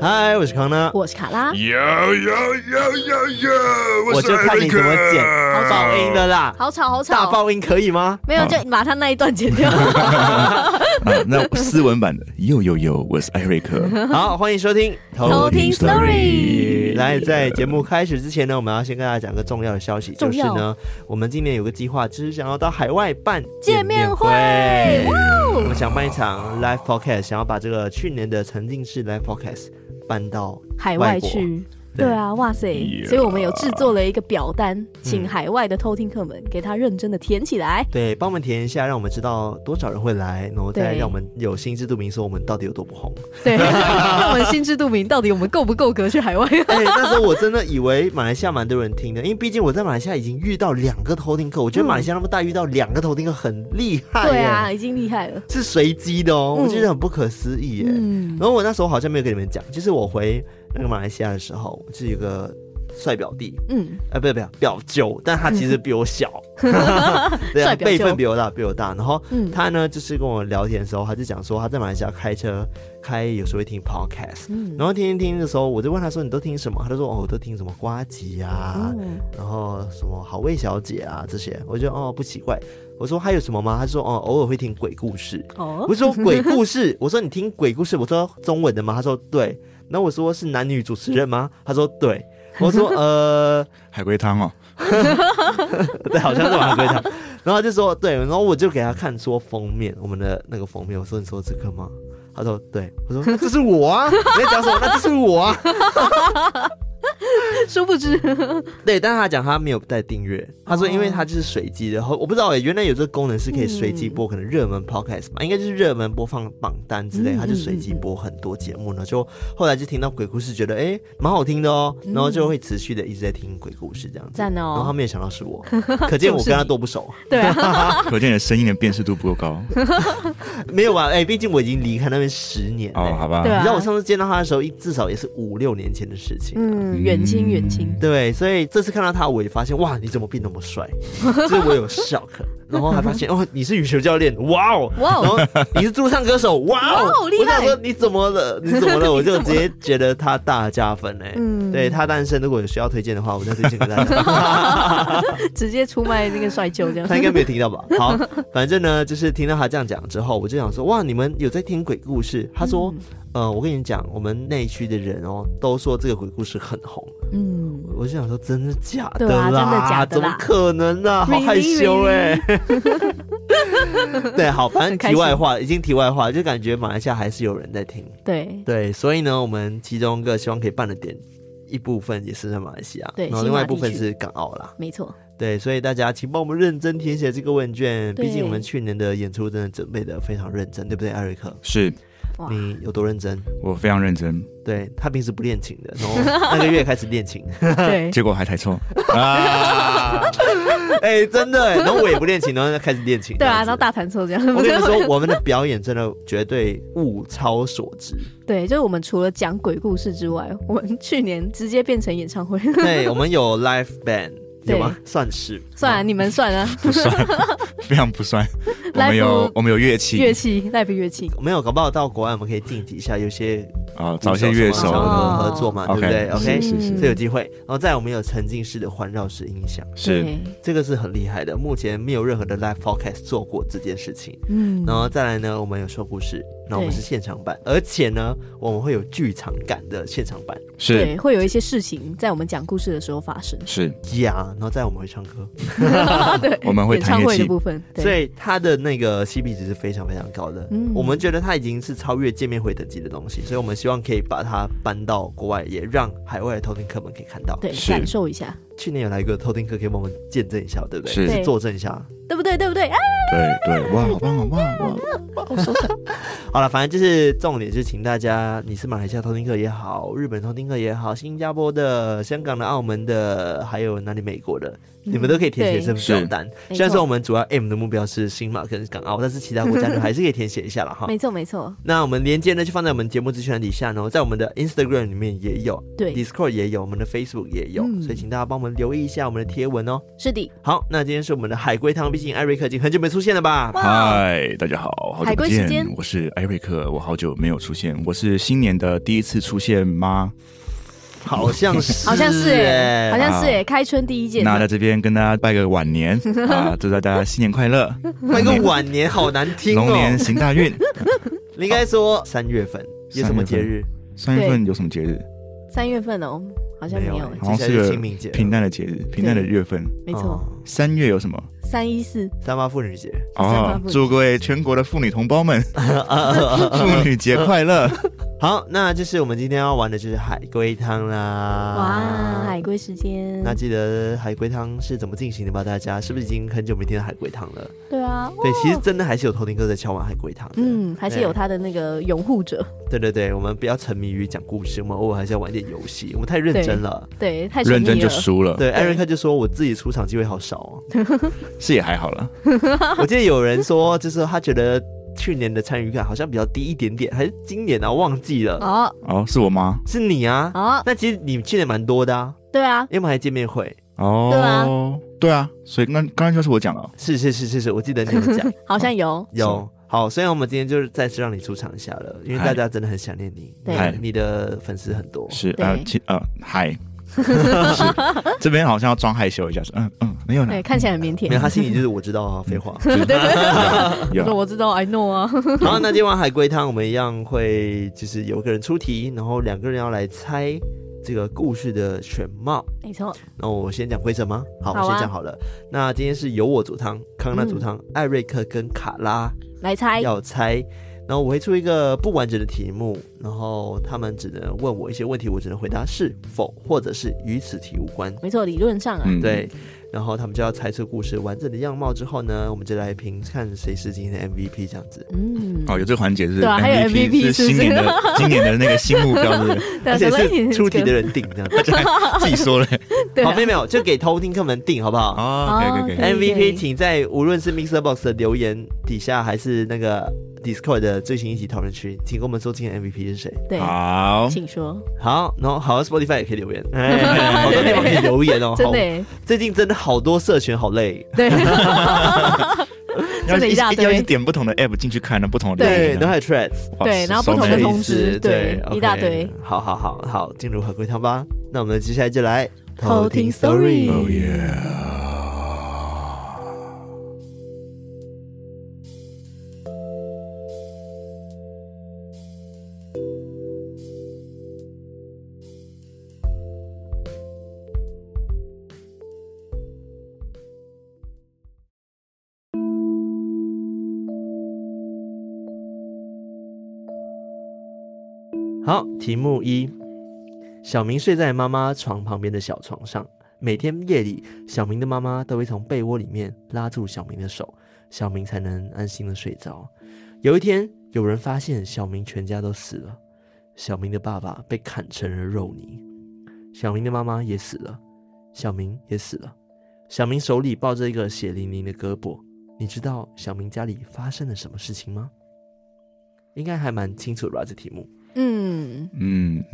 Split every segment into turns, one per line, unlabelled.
嗨，我是康纳。
我是卡拉，
有有有有有，
我就看你怎么剪爆音的啦，
好吵好
大
吵，
爆音可以 吗？
没有就把他那一段剪 掉。
啊，那斯文版的，呦呦呦，我是艾瑞克。
好，欢迎收听
偷听 story
来，在节目开始之前呢，我们要先跟大家讲个重要的消息，就
重
是
要
呢，我们今年有个计划，就是想要到海外办
见面会
见面哦
哇
我们想办一场 live podcast，想要把这个去年的沉浸式 live podcast 搬到
海
外
外
国
去。
对
对嗯啊，哇塞！所以我们有制作了一个表单，请海外的偷听客们给他认真的填起来。
对，帮我们填一下，让我们知道多少人会来，然后再
对
让我们有心知肚明，说我们到底有多不红。
对，让我们心知肚明，到底我们够不够格去 海外？
哎、那时候我真的以为马来西亚蛮多人听的，因为毕竟我在马来西亚已经遇到两个偷听客，我觉得马来西亚那么大遇到两个偷听客很厉害、耶
对啊，，已经厉害了。
是随机的哦，
嗯
我觉得很不可思议耶。
嗯，
然后我那时候好像没有跟你们讲，就是我回那个马来西亚的时候，就是有个帅表弟，
嗯，
呃，不是不是表舅，但他其实比我 小，对啊，
帅表
辈
舅
分比我大，比我大。然后
嗯
他呢，就是跟我聊天的时候，他就讲说他在马来西亚开车开，有时候会听 podcast，、
嗯
然后听一听的时候，我就问他说你都听什么？他就说哦，我都听什么瓜吉啊，
嗯
然后什么好味小姐啊这些，我就哦不奇怪。我说还有什么吗？他说哦，偶尔会听鬼故事。
哦
我，说鬼故 事，我说你听鬼故事，我说中文的吗？他说对。然后我说是男女主持人吗？他说对。我说呃，
海龟汤哦，
对，好像是马龟汤。然后他就说对，然后我就给他看说封面，我们的那个封面，我说你说这个吗？他说对，我说那这是我 啊，你在讲什么？那这是我啊。
殊不知，
对，但是他讲他没有带订阅，他说因为他就是随机的，然后我不知道诶、原来有这个功能是可以随机
嗯
播，可能热门 podcast 吧，应该就是热门播放榜单之类，
嗯
他就随机播很多节目呢，就后来就听到鬼故事，觉得诶蛮好听的哦，然后就会持续的一直在听鬼故事这样子，
嗯赞哦
然后他没有想到是我，可见我跟他多不熟，
对 啊，
可见你的声音的辨识度不够高
没有吧？啊诶，毕竟我已经离开那边十年了、
哦，好吧
对。
你
啊
知道我上次见到他的时候，一至少也是五六年前的事情。
嗯，远亲远亲，
对，所以这次看到他，我也发现哇，你怎么变那么帅？ 就是我有 shock，然后还发现哦，你是羽球教练，哇哦，
哇哦
然后你是驻唱歌手，哇哦
哇，哦厉
我想
害
说你怎么了？你怎么 了？我
你怎
就
么
直接觉得他大加分哎、
嗯
对他单身，如果有需要推荐的话，我再推荐给大家。
直接出卖 那个帅舅这样
他。应该没有听到吧？好，反正呢，就是听到他这样讲之后，我就想说，哇，你们有在听鬼故事？他说，
嗯
呃，我跟你讲，我们内区的人哦，都说这个鬼故事很红。
嗯，
我就想说，真的假的
对
啦？
啊真的假的
怎
啦
么可能呢、啊？好
Really,
害羞哎、 对，好，反正题外话，已经题外话，就感觉马来西亚还是有人在听。
对，
对，所以呢，我们其中一个希望可以办的点，一部分也是在马来西亚，
对
然后
新
另外一
马
部
地
分
区
是港澳啦。
没 错，
对，所以大家请帮我们认真填写这个问卷，
对
毕竟我们去年的演出真的准备的非常认真，对不对，艾瑞克？
是
哇，
你有多认真？
我非常认真，
对他平时不练琴的，然后那个月开始练琴，
对，
结果还抬错啊！
哎、真的欸，然后我也不练琴，然后就开始练琴。
对啊，
这样
然
子
后大弹错这样。
我 跟你说，我们的表演真的绝对物超所 值。
对，就是我们除了讲鬼故事之外，我们去年直接变成演唱会。
对，我们有 live band，
对
有吗？算是
算了，
吗
你们 算了，
不算， 非常不算。我
来
们有
福
我们有乐器
乐器赖不乐器？
没有，搞不好到国外我们可以晋级一下，有些
啊，找一些乐手
什么
哦
合合作嘛，对不
OK，
对？OK，
是是
嗯
所以有机会。然后再来我们有沉浸式的环绕式音响，
是
对，
这个是很厉害的，目前没有任何的 live podcast 做过这件事情。
嗯，
然后再来呢，我们有说故事，然后我们
对
是现场版，而且呢，我们会有剧场感的现场版
是
对，会有一些事情在我们讲故事的时候 发生。
是，
呀。然后再来我们会唱歌，
对，
我们会
演
弹
唱
乐
会
器
的部分，对
所以它的那个 CP 值是非常非常高的。
嗯
我们觉得它已经是超越见面会等级的东西，所以我们希望可以把它搬到国外，也让海外的偷听客们可以看到。
对
是
感受一下，
去年有来一个偷听客，可以帮我们见证一下，对不对？
是
就是作证一下。
对不对？对不对？啊，
对对，哇，好棒，好棒，哇！
哇，我手好了，反正就是重点，就是请大家，你是马来西亚偷听客也好，日本偷听客也好，新加坡的、香港的、澳门的，还有哪里美国的，你们都可以填写这份表单。
嗯对
虽然
没错
说我们主要 M 的目标是新马跟港澳，但是其他国家 就还是可以填写一下了哈。
没错没错，
那我们连接呢就放在我们节目资讯栏底下呢，在我们的 Instagram 里面也有
对，
，Discord 也有，我们的 Facebook 也有，
嗯
所以请大家帮我们留意一下我们的贴文哦。
是的，
好，那今天是我们的海龟汤，毕竟艾瑞克已经很久没出现了吧？
嗨，大家好，好
海
久不
龟时间
见，我是艾瑞克，我好久没有出现，我是新年的第一次出现吗？
好像是，啊
好像是哎，好像是哎，开春第一件，
那在这边跟大家拜个 晚年啊，祝大家新年快乐，
那个晚年好难听哦。
龙年行大运。
你应该说三月份 有什么节日？
三月份有什么节日？
三月份哦，好像没有
没
哎
有，
好像
接下来
是
是
个
清明节
平淡的节日，平淡的月份。
没错，
哦
三月有什么？
三一四，
三八妇女节。
三八
哦
妇，女
祝各位全国的妇女同 胞们妇女节快乐！
好，那就是我们今天要玩的就是海龟汤啦。
哇，海。龟时间，
啊那记得海龟汤是怎么进行的吧？大家是不是已经很久没听到海龟汤了？
对啊，
对，其实真的还是有偷听哥在敲碗海龟汤的。
嗯，还是有他的那个拥护者，
对对对，我们不要沉迷于讲故事，我们偶尔还是要玩点游戏。我们太认真了。
对，太神
认真
秘
就
了，
输了，
对，艾瑞克就说我自己出场机会好少啊哦。
是也还好了。
我记得有人说，就是他觉得去年的参与感好像比较低一点点，还是今年啊忘记了，
哦
哦，是我吗？
是你啊？
哦，
那其实你去年蛮多的啊，
对啊，
因为我们还见面会。
哦，对啊，所以那刚才就是我讲了，
是是是是是，我记得你有 讲
好像有，
有。好，虽然我们今天就是再次让你出场一下了，因为
嗨
大家真的很想念你，
对
你的你的粉丝很多。
是
对
呃，其呃，嗨， 是这边好像要装害羞一下，是嗯嗯，没有啦
对，，看起来很腼腆
没有，， 他心里就是我知道啊，废 话。
对对对，
有
说我知道，I know 啊，
好，那今天玩海龟汤，我们一样会就是有一个人出题，然后两个人要来猜这个故事的全貌。
没错，
那我先讲规则吗？好，
好啊嗯
我先讲好了。那今天是由我煮汤，康纳煮汤，艾瑞克跟卡拉
来猜，
要猜。然后我会出一个不完整的题目，然后他们只能问我一些问题，我只能回答是否或者是与此题无关。
没错，理论上啊，
嗯，
对，然后他们就要猜出故事完整的样貌之后呢，我们就来评看谁是今天的 MVP 这样子。
嗯，
哦，有这个环节是
对啊还有 MVP
是
是不是
新 年的今年的那个新目标，是不是？
对啊
而且
想说哎
是
你
出题
这
的
个
人定这样子。
自己说嘞。
对
好，
啊
没有没有，就给偷听客们定好不好？
哦，可以可以可
对
以
MVP，请在无论是 Mixer Box 的留言底下，还是那个 Discord 的最新一集讨论区，请跟我们说今天 MVP 是谁。
对，
好，
请说，
好，然后好，Spotify 也可以留言，哎好多地方可以留言哦。
真的
好
耶，
最近真的好多社群，好累。
对，
要
真的一大堆
要一直点不同的 app 进去看，那不同的
对
对，
留言
然后还有 Threads，
哇
对然后不
搜
同的
美
通知
是对
对，一大
OK
堆。
好好好好，进入回归汤吧。那我们接下来就来
偷听 story
story
Oh yeah，
好，题目一：小明睡在妈妈床旁边的小床上。每天夜里，小明的妈妈都会从被窝里面拉住小明的手，小明才能安心的睡着。有一天，有人发现小明全家都死了，小明的爸爸被砍成了肉泥，小明的妈妈也死了，小明也死了。小明手里抱着一个血淋淋的胳膊。你知道小明家里发生了什么事情吗？应该还蛮清楚的吧？这题目。
嗯，
嗯。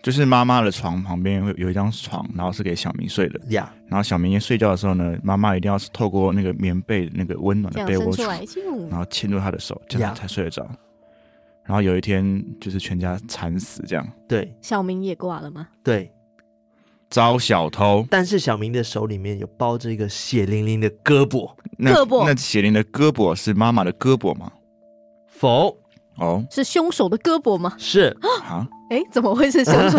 就是妈妈的床旁边会有一张床，然后是给小明睡的。
呀、
然后小明睡觉的时候呢，妈妈一定要是透过那个棉被那个温暖
这
的
样
被
伸
窝
出
床
来，咻
然后牵住他的手，这样
Yeah
才睡得着。然后有一天就是全家惨死，这样
对
小明也挂了吗？
对，
招小偷，
但是小明的手里面有包着一个血淋淋的胳膊，
那
胳膊
那血淋的胳膊是妈妈的胳膊吗？
否
哦
是凶手的胳膊吗？
是
啊，
哎，怎么会是凶手？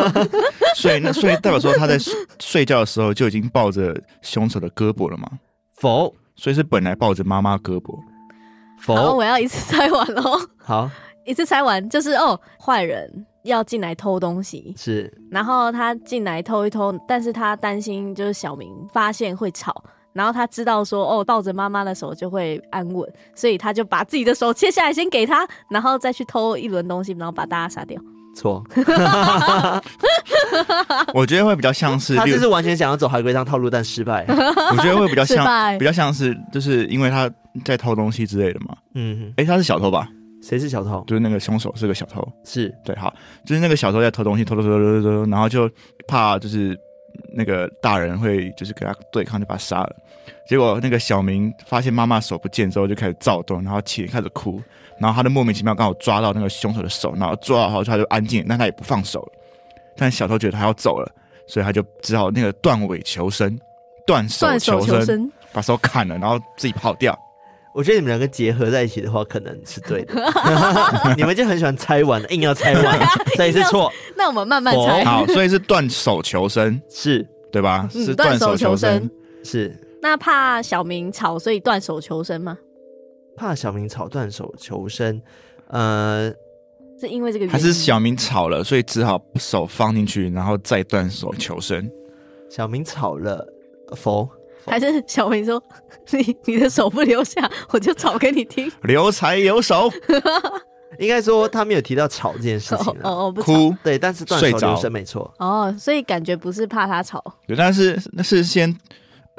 所 以那所以代表说他在睡睡觉的时候就已经抱着凶手的胳膊了嘛？
否
所以是本来抱着妈妈胳膊，
好，
否
我要一次猜完喽。
好
一次猜完就是哦，坏人要进来偷东西，
是
然后他进来偷一偷，但是他担心就是小明发现会吵，然后他知道说哦，抱着妈妈的手就会安稳，所以他就把自己的手切下来先给他，然后再去偷一轮东西，然后把大家杀掉。
错，
我觉得会比较像啊是，
他
例
就
如
是完全想要走海龟汤套路，但失败。
我觉得会比较
失败
像，比较像是，就是因为他在偷东西之类的嘛。
嗯，
诶，他是小偷吧？
谁是小偷？
就是那个凶手是个小偷，
是
对，好，就是那个小偷在偷东西，偷偷偷偷偷偷，然后就怕就是那个大人会就是跟他对抗，就把他杀了。结果那个小明发现妈妈手不见之后，就开始躁动，然后起开始哭，然后他就莫名其妙刚好抓到那个凶手的手，然后抓好之后他就安静，但他也不放手了。但小偷觉得他要走了，所以他就只好那个断尾求生，断手
断手求
生，
生，
把手砍了，然后自己跑掉。
我觉得你们两个结合在一起的话，可能是 对的。你们就很喜欢猜完，硬要猜完，所以是错，
那我们慢慢猜。
好，所以是断手求生，
是
对吧？
嗯
是
断
断手
手求
求生
生。
是
那怕小明吵，所以断手求生吗？
怕小明草断手求生。呃，
是因为这个原
还
因？
是小明吵了，所以只好手放进去，然后再断手求生。
小明吵了否？
还是小明说你你的手不留下，我就吵给你听。
留财有手，
应该说他没有提到吵这件事
哦
情啊。
哦哦，不吵
哭。
对，但是断
睡
手
着
留生没错。
哦，所以感觉不是怕他吵，
对但是那是先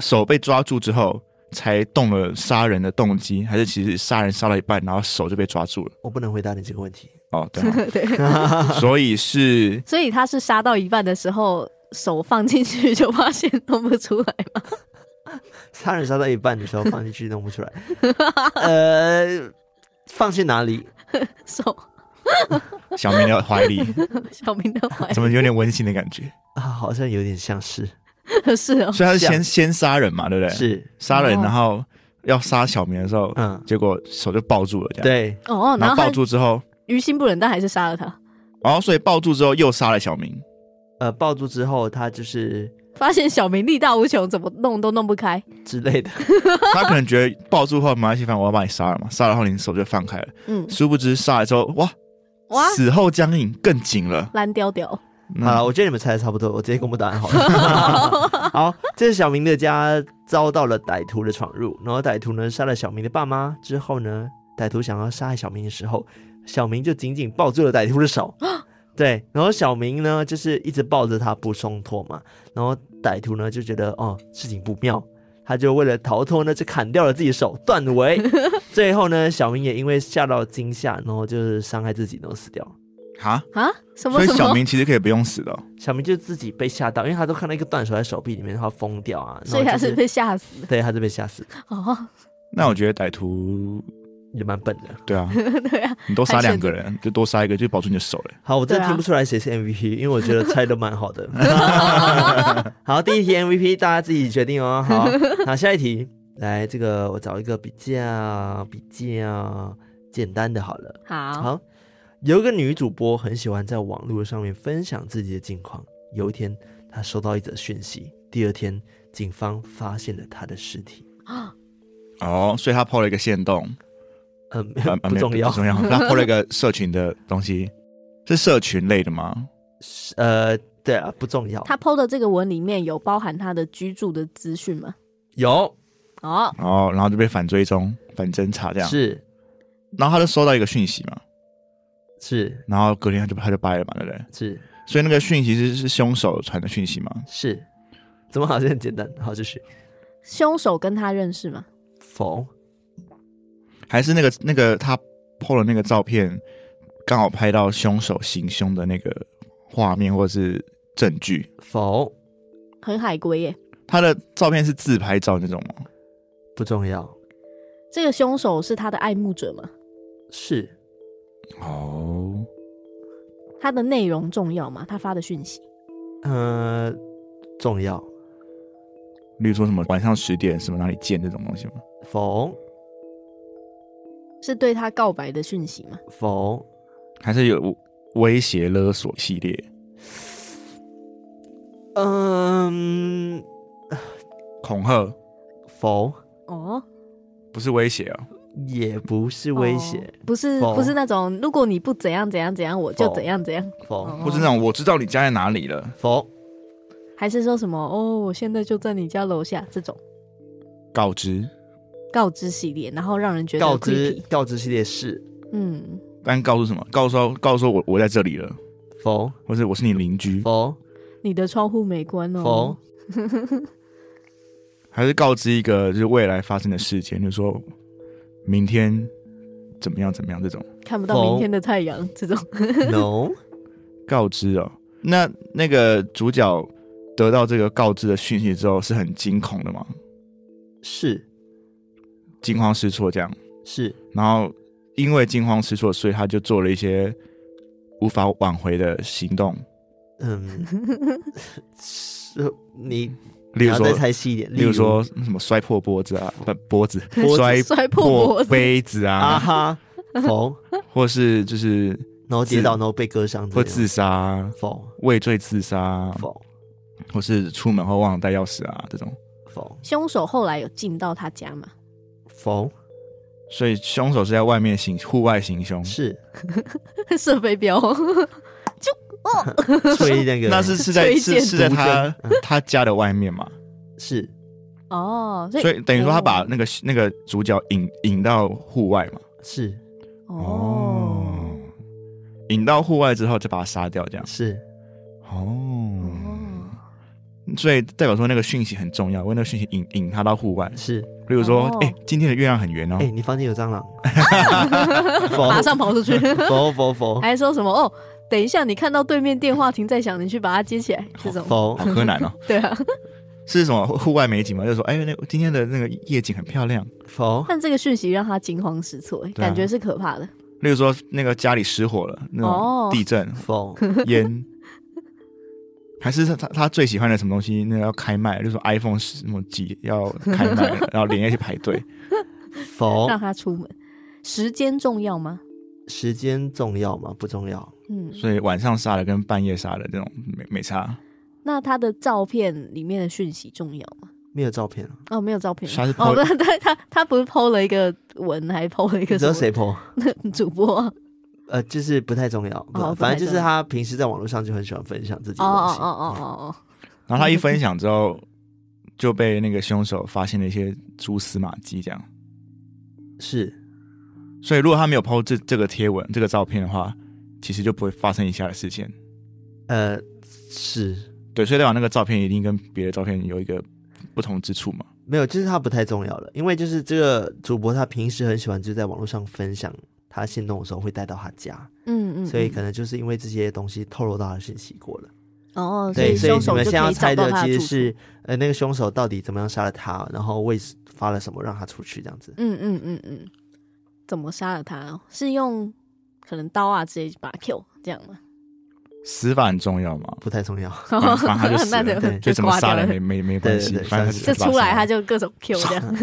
手被抓住之后才动了杀人的动机，还是其实杀人杀到一半，然后手就被抓住了？
我不能回答你这个问题。
哦，对啊、
对，
所以是
所以他是杀到一半的时候手放进去就发现弄不出来嘛。
杀人杀到一半的时 候放进去弄不出来，呃，放去哪里？
手
小明的怀里，
小明的怀
怎么有点温馨的感觉？
啊，好像有点像是
是哦，
所以他是先先杀人嘛，对不对？
是，
杀人，
哦
然后要杀小明的时候，
嗯，
结果手就抱住了，这样。
对，
哦，
然
然
后
后
抱
他
住之后，
于心不忍，但还是杀了他。
然后所以抱住之后又杀了小明。
呃，抱住之后他就是
发现小明力大无穷，怎么弄都弄不开。
之类的，
他可能觉得抱住后没关系，反正我要把你杀了嘛，杀了后你手就放开了。
嗯，
殊不知杀了之后，哇，
哇，
死后僵硬更紧了。
蓝调调，
好了，
那
我觉得你们猜的差不多，我直接公布答案好了。好，这是小明的家遭到了歹徒的闯入，然后歹徒呢杀了小明的爸妈之后呢，歹徒想要杀害小明的时候，小明就紧紧抱住了歹徒的手，对，然后小明呢就是一直抱着他不松脱嘛，然后歹徒呢就觉得哦事情不妙，他就为了逃脱呢就砍掉了自己手断尾，最后呢小明也因为吓到惊吓，然后就是伤害自己，然后死掉了。
哈，
啊，什么
所以
什
小
么？
明其实可以不用死的哦、
小明就自己被吓到，因为他都看到一个断手在手臂里面，他疯掉 啊，
哦
然
所以
后
他
就是
被吓死
对，他是被吓死，
哦，
那我觉得歹徒，
也蛮笨的。
对啊，
对啊，
你多杀两个人，就多杀一个，就保住你的手了。
好，我真的
对啊
听不出来谁是 MVP，、因为我觉得猜的蛮好 的。好，第一题 MVP 大家自己决定哦。 好，好，下一题，来这个我找一个比较比较简单的好了。
好，
好，有一个女主播很喜欢在网络上面分享自己的近况。有一天，她收到一则讯息，第二天警方发现了她的尸体。
哦，所以他抛了一个 线洞，
嗯
啊，啊
不
没有
重要
不。重要。他抛了一个社群的东西，是社群类的吗？
呃，对啊，不重要。
他 PO 的这个文里面有包含他的居住的资讯吗？
有
哦，
哦，然后就被反追踪、反侦查这样。
是
然后他就收到一个讯息嘛，
是
然后隔天他就他就掰了嘛，对不对？
是
所以那个讯息是是凶手传的讯息吗？
是，怎么好像很简单？好，就是
凶手跟他认识吗？
否
还是那个那个他 PO 的那个照片，刚好拍到凶手行凶的那个画面或是证据。
否
很海归耶。
他的照片是自拍照那种吗？
不重要，
这个凶手是他的爱慕者吗？
是
哦，
他的内容重要吗？他发的讯息
呃重要
例如说什么晚上十点什么哪里见这种东西吗？
否
是对他告白的讯息吗？
否
还是有威胁勒索系列
嗯
恐吓？
否
哦，
不是威胁啊，
也不是威胁
哦不是
否
不是那种，如果你不怎样怎样怎样，我就
否
怎样怎哦样，
否
或是那种我知道你家在哪里了，
否
还是说什么哦，我现在就在你家楼下这种
告知，
告知系列，然后让人觉得
告知
creepy
告知系列是
嗯，
但告诉什么？告诉说告诉说我我在这里了，
否
或者我是你邻居，
否
你的窗户没关
否
哦。
还是告知一个就是未来发生的事件，就是说明天怎么样怎么样这种
看不到
否
明天的太阳，这种
no
告知哦。那那个主角得到这个告知的讯息之后是很惊恐的嘛，
是
惊慌失措这样。
是
然后因为惊慌失措，所以他就做了一些无法挽回的行动，
嗯是你
例如
然后再
说，
猜细一点，
例如说什么摔破脖 子啊，不脖子
脖子
摔
摔破
破
脖子，
杯子
啊
啊，
哈否，
或是就是
然后跌倒然后被割伤之
或
类的，
自杀啊、
否
畏罪自杀啊，
否
或是出门后忘了带钥匙啊这种。
否
凶手后来有进到他家嘛？
否
所以凶手是在外面行户外行
嗯
凶，
是
射飞镖，
吹那个
那是是在
推
是
荐
是在
毒
他 他家的外面嘛，
是
哦， 所以
所以等于说他把
哦
那个那个主角引引到户外嘛。
是
哦，
引到户外之后就把他杀掉，这样
是
哦，
哦
所以代表说那个讯息很重要，因为那个讯息引引他到户外，
是，
例如说
哦，
哎、今天的月亮很圆哦，
哎，你房间有蟑 螂？
啊马
否
上跑出去，
否否否
还说什么哦？等一下，你看到对面电话亭在响，你去把它接起来，这种
否
好柯 南哦，
对啊。
是什么户外美景嘛？就是说，哎、那今天的那个夜景很漂亮。
否
但这个讯息让他惊慌失措、欸
对啊
感觉是可怕的。
例如说，那个家里失火了，那
哦
种地震、
否
烟，还是他他他最喜欢的什么东西？那个要开卖，就是说 iPhone 十什么几要开卖了，然后连夜去排队。
否
让他出门。时间重要吗？
时间重要吗？不重要。
嗯，
所以晚上杀的跟半夜杀的这种没没差，
那他的照片里面的讯息重要吗？
没有照片啊，
哦，没有照片
他是 po-
哦，不是， 他他他不是 PO 了一个文，还 PO 了一
你
个
知
什
道
么
谁 po？
主播啊？
呃，就是不太重要，不
哦不太
反正就是
重要
他平时在网络上就很喜欢分享自己
哦
的东
哦
西。
哦哦哦
然后他一分享之后，就被那个凶手发现了一些蛛丝马迹，这样。
是
所以如果他没有 PO 这这个贴文、这个照片的话，其实就不会发生以下的事件。
呃是
对，所以代表那个照片一定跟别的照片有一个不同之处嘛。
没有，就是他不太重要了，因为就是这个主播他平时很喜欢就是在网络上分享他行动的时候会带到他家，
哦，嗯嗯，
所以
嗯
可能就是因为这些东西透露到他的信息过了。
哦，
对，所以
凶
你
手
们
就
现在要
可以
猜
找到
的
他
其
的
实
住处。
是呃那个凶手到底怎么样杀了他，然后为发了什么让他出去这样子。
嗯嗯嗯嗯，怎么杀了他哦？是用可能刀啊直接把他 Q 这样吗？
死法很重要嘛，
不太重要，
嗯
反正反正他就死
那就
了，
对
就怎么
挂
杀
掉
人
了
没没没关系
对，对对
反正
就
算
把
出来
杀
他
了
就各种 Q 这样。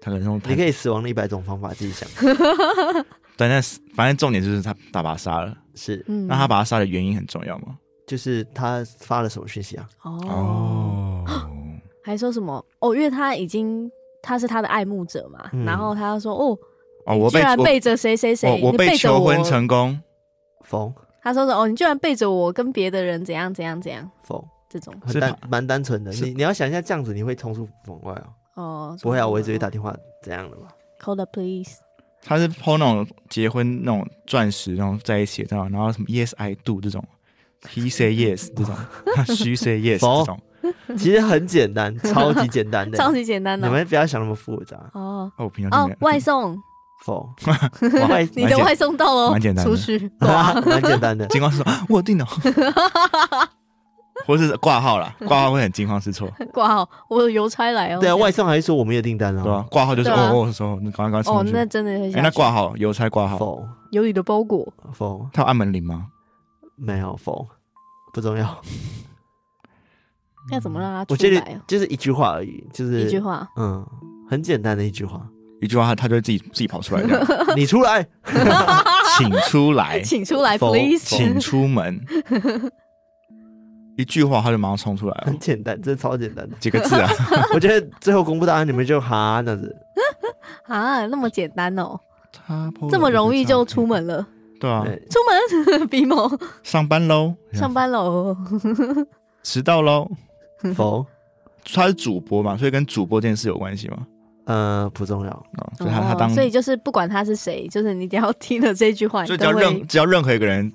他可能用
你可以死亡的一百种方法自己想。
对，但是反正重点就是他打把他杀了。
是，
嗯，
那他把他杀的原因很重要嘛？
就是他发了什么讯息啊？
哦，还说什么哦，因为他已经他是他的爱慕者嘛，
嗯
然后他就说哦，
哦，我
居
被
然
我
背着谁谁谁，
我我
你
被
着
求
我
婚，成功，
否
他说是哦，你居然背着我跟别的人怎样怎样怎样
否，
这种
很
是
单
他
蛮单纯的。
是
你你要想一下，这样子你会冲出门外啊？
哦，
不会啊，我会直接打电话怎样的嘛？
call the police，
他是抛那种结婚那种钻石那种在一起，这样，然后什么 Yes I do 这种，He say yes 这种，She say yes
否
这种。
其实很简 单，超级简单的。
超级简单
你
的
们不要想那么复杂。
哦
哦，我平常
哦
就，没
外送，
否，
有。哇
外
你的
蛮简
外送到喽，
蛮简单的
出去
哇 蛮简单的。
惊慌失措， 我有订了，或是挂号啦，挂号会很惊慌失措，
挂号，我有邮差来哦，
对
这
啊，
样
外送还会说我们有订单
对吧、
啊。
挂号就是
对啊
哦哦，说你赶快 赶快
哦
冲，去。
那真的会
哎，
下
那
去
挂号邮差挂号，
否
有你的包裹，
否
他有按门铃吗？
没有否，不重 要。
要怎么让他
我
出
觉
来
得
哦？
就是一句话而已，就是
一句话，
嗯，很简单的一句话。
一句话他他就会自己自己跑出来 这样，
你出 来，
请出来，
请出来
否
，please，
哎请出门，一句话他就马上冲出来了。
很，简单，真的超简单的
几个字啊？
我觉得最后公布答案，你们就哈那样子，
啊，那么简单哦，
他 po 了
这么容易就
一个照片
出？门了，
对啊，
对，
出门比某
上班喽，
上班喽，
迟到喽。
否
他是主播嘛，所以跟主播这件事有关系吗？
呃，不重要，
啊，所以他他
哦
当
所以就是不管他是谁，就是你只要听了这句话，
所
你
以只
都
要
会
任只要任何一个人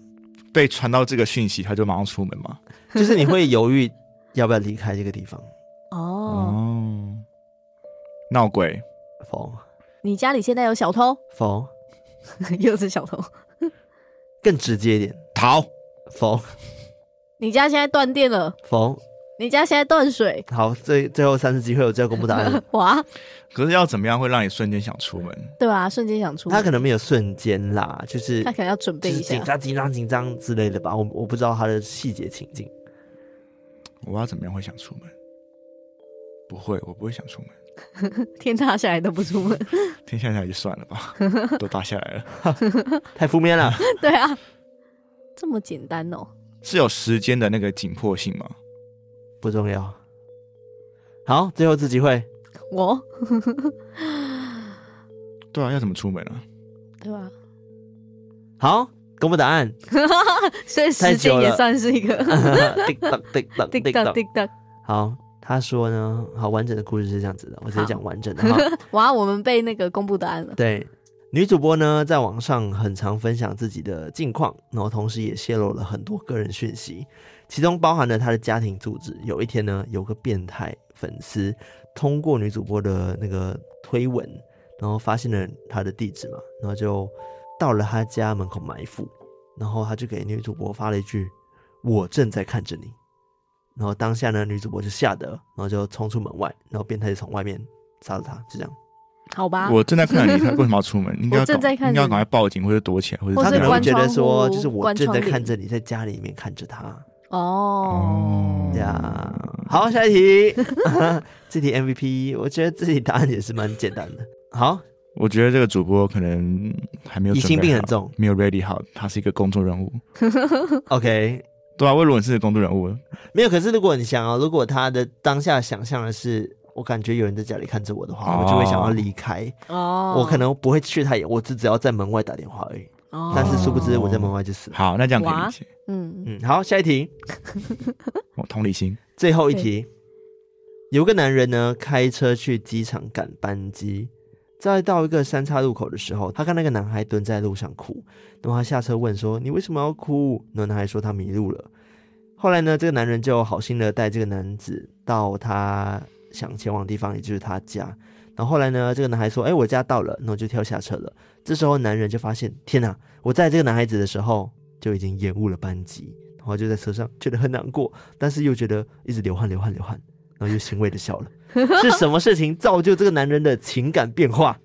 被传到这个讯息，他就马上出门嘛。
就是你会犹豫要不要离开这个地方。
哦，
哦，闹鬼，
否
你家里现在有小偷，
否，
又是小偷，
更直接一点，
逃，
否
你家现在断电了，
否。
你家现在断水，
好，最最后三次机会，我就要公布答 案。
哇，
可是要怎么样会让你瞬间想出门？
对吧？瞬间想出门，
他可能没有瞬间啦，就是
他可能要准备
就是
一下
紧，张紧张紧张之类的吧，我我不知道他的细节情境。
我要怎么样会想出门？不会，我不会想出门。
天塌下来都不出门，
天下来就算了吧，都打下来了。
太负 面了，
对啊，这么简单哦，
是有时间的那个紧迫性吗？
不重要。好，最后一次机会，
我，
对啊，要怎么出门啊？
对吧？
好，公布答 案。
所以
太
时
久了
间
嗯
也算是一 个
叮当叮当
叮
叮
当
当。
叮当，
好，他说呢，好完整的故事是这样子的，我直接
好
讲完整的。哈。
哇，我们被那个公布答案了，
对，女主播呢在网上很常分享自己的近况，然后同时也泄露了很多个人讯息，其中包含了她的家庭住址。有一天呢，有个变态粉丝通过女主播的那个推文，然后发现了她的地址嘛，然后就到了她家门口埋伏，然后他就给女主播发了一句：“我正在看着你。”然后当下呢，女主播就吓得，然后就冲出门外，然后变态就从外面杀了她，就这样。
好吧？
我正在看着你，他为什么要 出门？应该要
啊我正
赶
在看着
应该要
你
赶快报警或者躲起来，或者
或
他
是
可能会
关
觉得
窗
说，
户
就是我
关
正在看
窗帘
着你，在家里面看着他
哦
哦，
呀。好，下一 题，这题 MVP，我觉得这题答案也是蛮简单的。好，
我觉得这个主播可能还没有
疑
准备
心病很
好，
重。
没有 ready 好，他是一个公众人物。
OK，
对啊，魏如文是公众人物，
没有。可是如果你想啊，如果他的当下想象的是，我感觉有人在家里看着我的话，我就会想要离开。
哦，
我可能不会去太远，我只只要在门外打电话而已。
哦，
但是殊不知我在门外就死了。
好，那这样可以
哇
理解。
嗯，
嗯，好，下一题。
我哦同 理心，
最后一题，有个男人呢开车去机场赶班机，在到一个三岔路口的时候，他看那个男孩蹲在路上哭，然后他下车问说：“你为什么要哭？”然后男孩说他迷路了。后来呢，这个男人就好心的带这个男子到他想前往的地方，也就是他家。然后后来呢，这个男孩说：“哎，我家到了。”然后就跳下车了。这时候男人就发现，天哪！我在这个男孩子的时候就已经延误了班机，然后就在车上觉得很难过，但是又觉得一直流汗流汗流汗，然后又欣慰的笑了。 是什么事情造就这个男人的情感变化？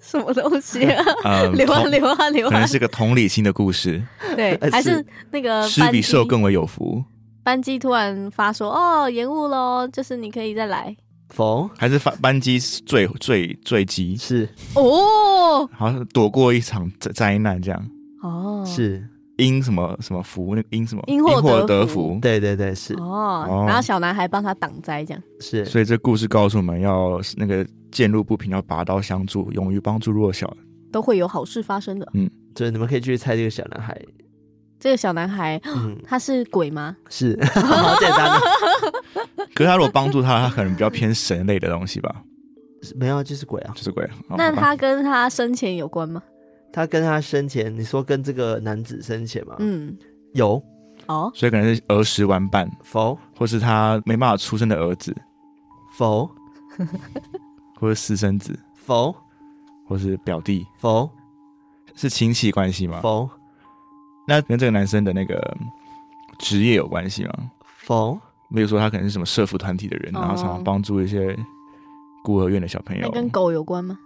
什么东西 啊？
呃，
流汗
同
流汗流
可能
汗，
是个同理心的故事，
啊对，还是那个
施
呃班
比
机
受更为有福，
班机突然发说哦延误喽，就是你可以再来
否，
还是班班机坠坠坠机，
是
哦
好像躲过一场灾灾难这样。
哦
是，
因什么什么福，那个因什么
因祸得
得
福
福，
对对对，是
哦
哦，
然后小男孩帮他挡灾这样，
是
所以这故事告诉我们要那个见入不平，要拔刀相助，勇于帮助 弱小。
都会有好事发生的。
就是你们可以去猜这个小男孩，
这个小男孩
嗯，
他是鬼吗？
是 好简单的，
可是他如果帮助他，他可能比较偏神类的东 西吧，
没有就是鬼啊。
就是鬼。好
那
好吧
他跟他生前有关吗？
他跟他生前，你说跟这个男子生前吗？
嗯，
有
哦，
所以可能是儿时玩伴，
否
或是他没办法出生的儿子，
否
或是私生子，
否
或是表弟，
否
是亲戚关系
哦
吗？
否
那跟这个男生的那个职业有关系吗？
否，
比如说他可能是什么社服团体的人，
哦
然后常常帮助一些孤儿院的小朋
那
友。
跟狗有关吗？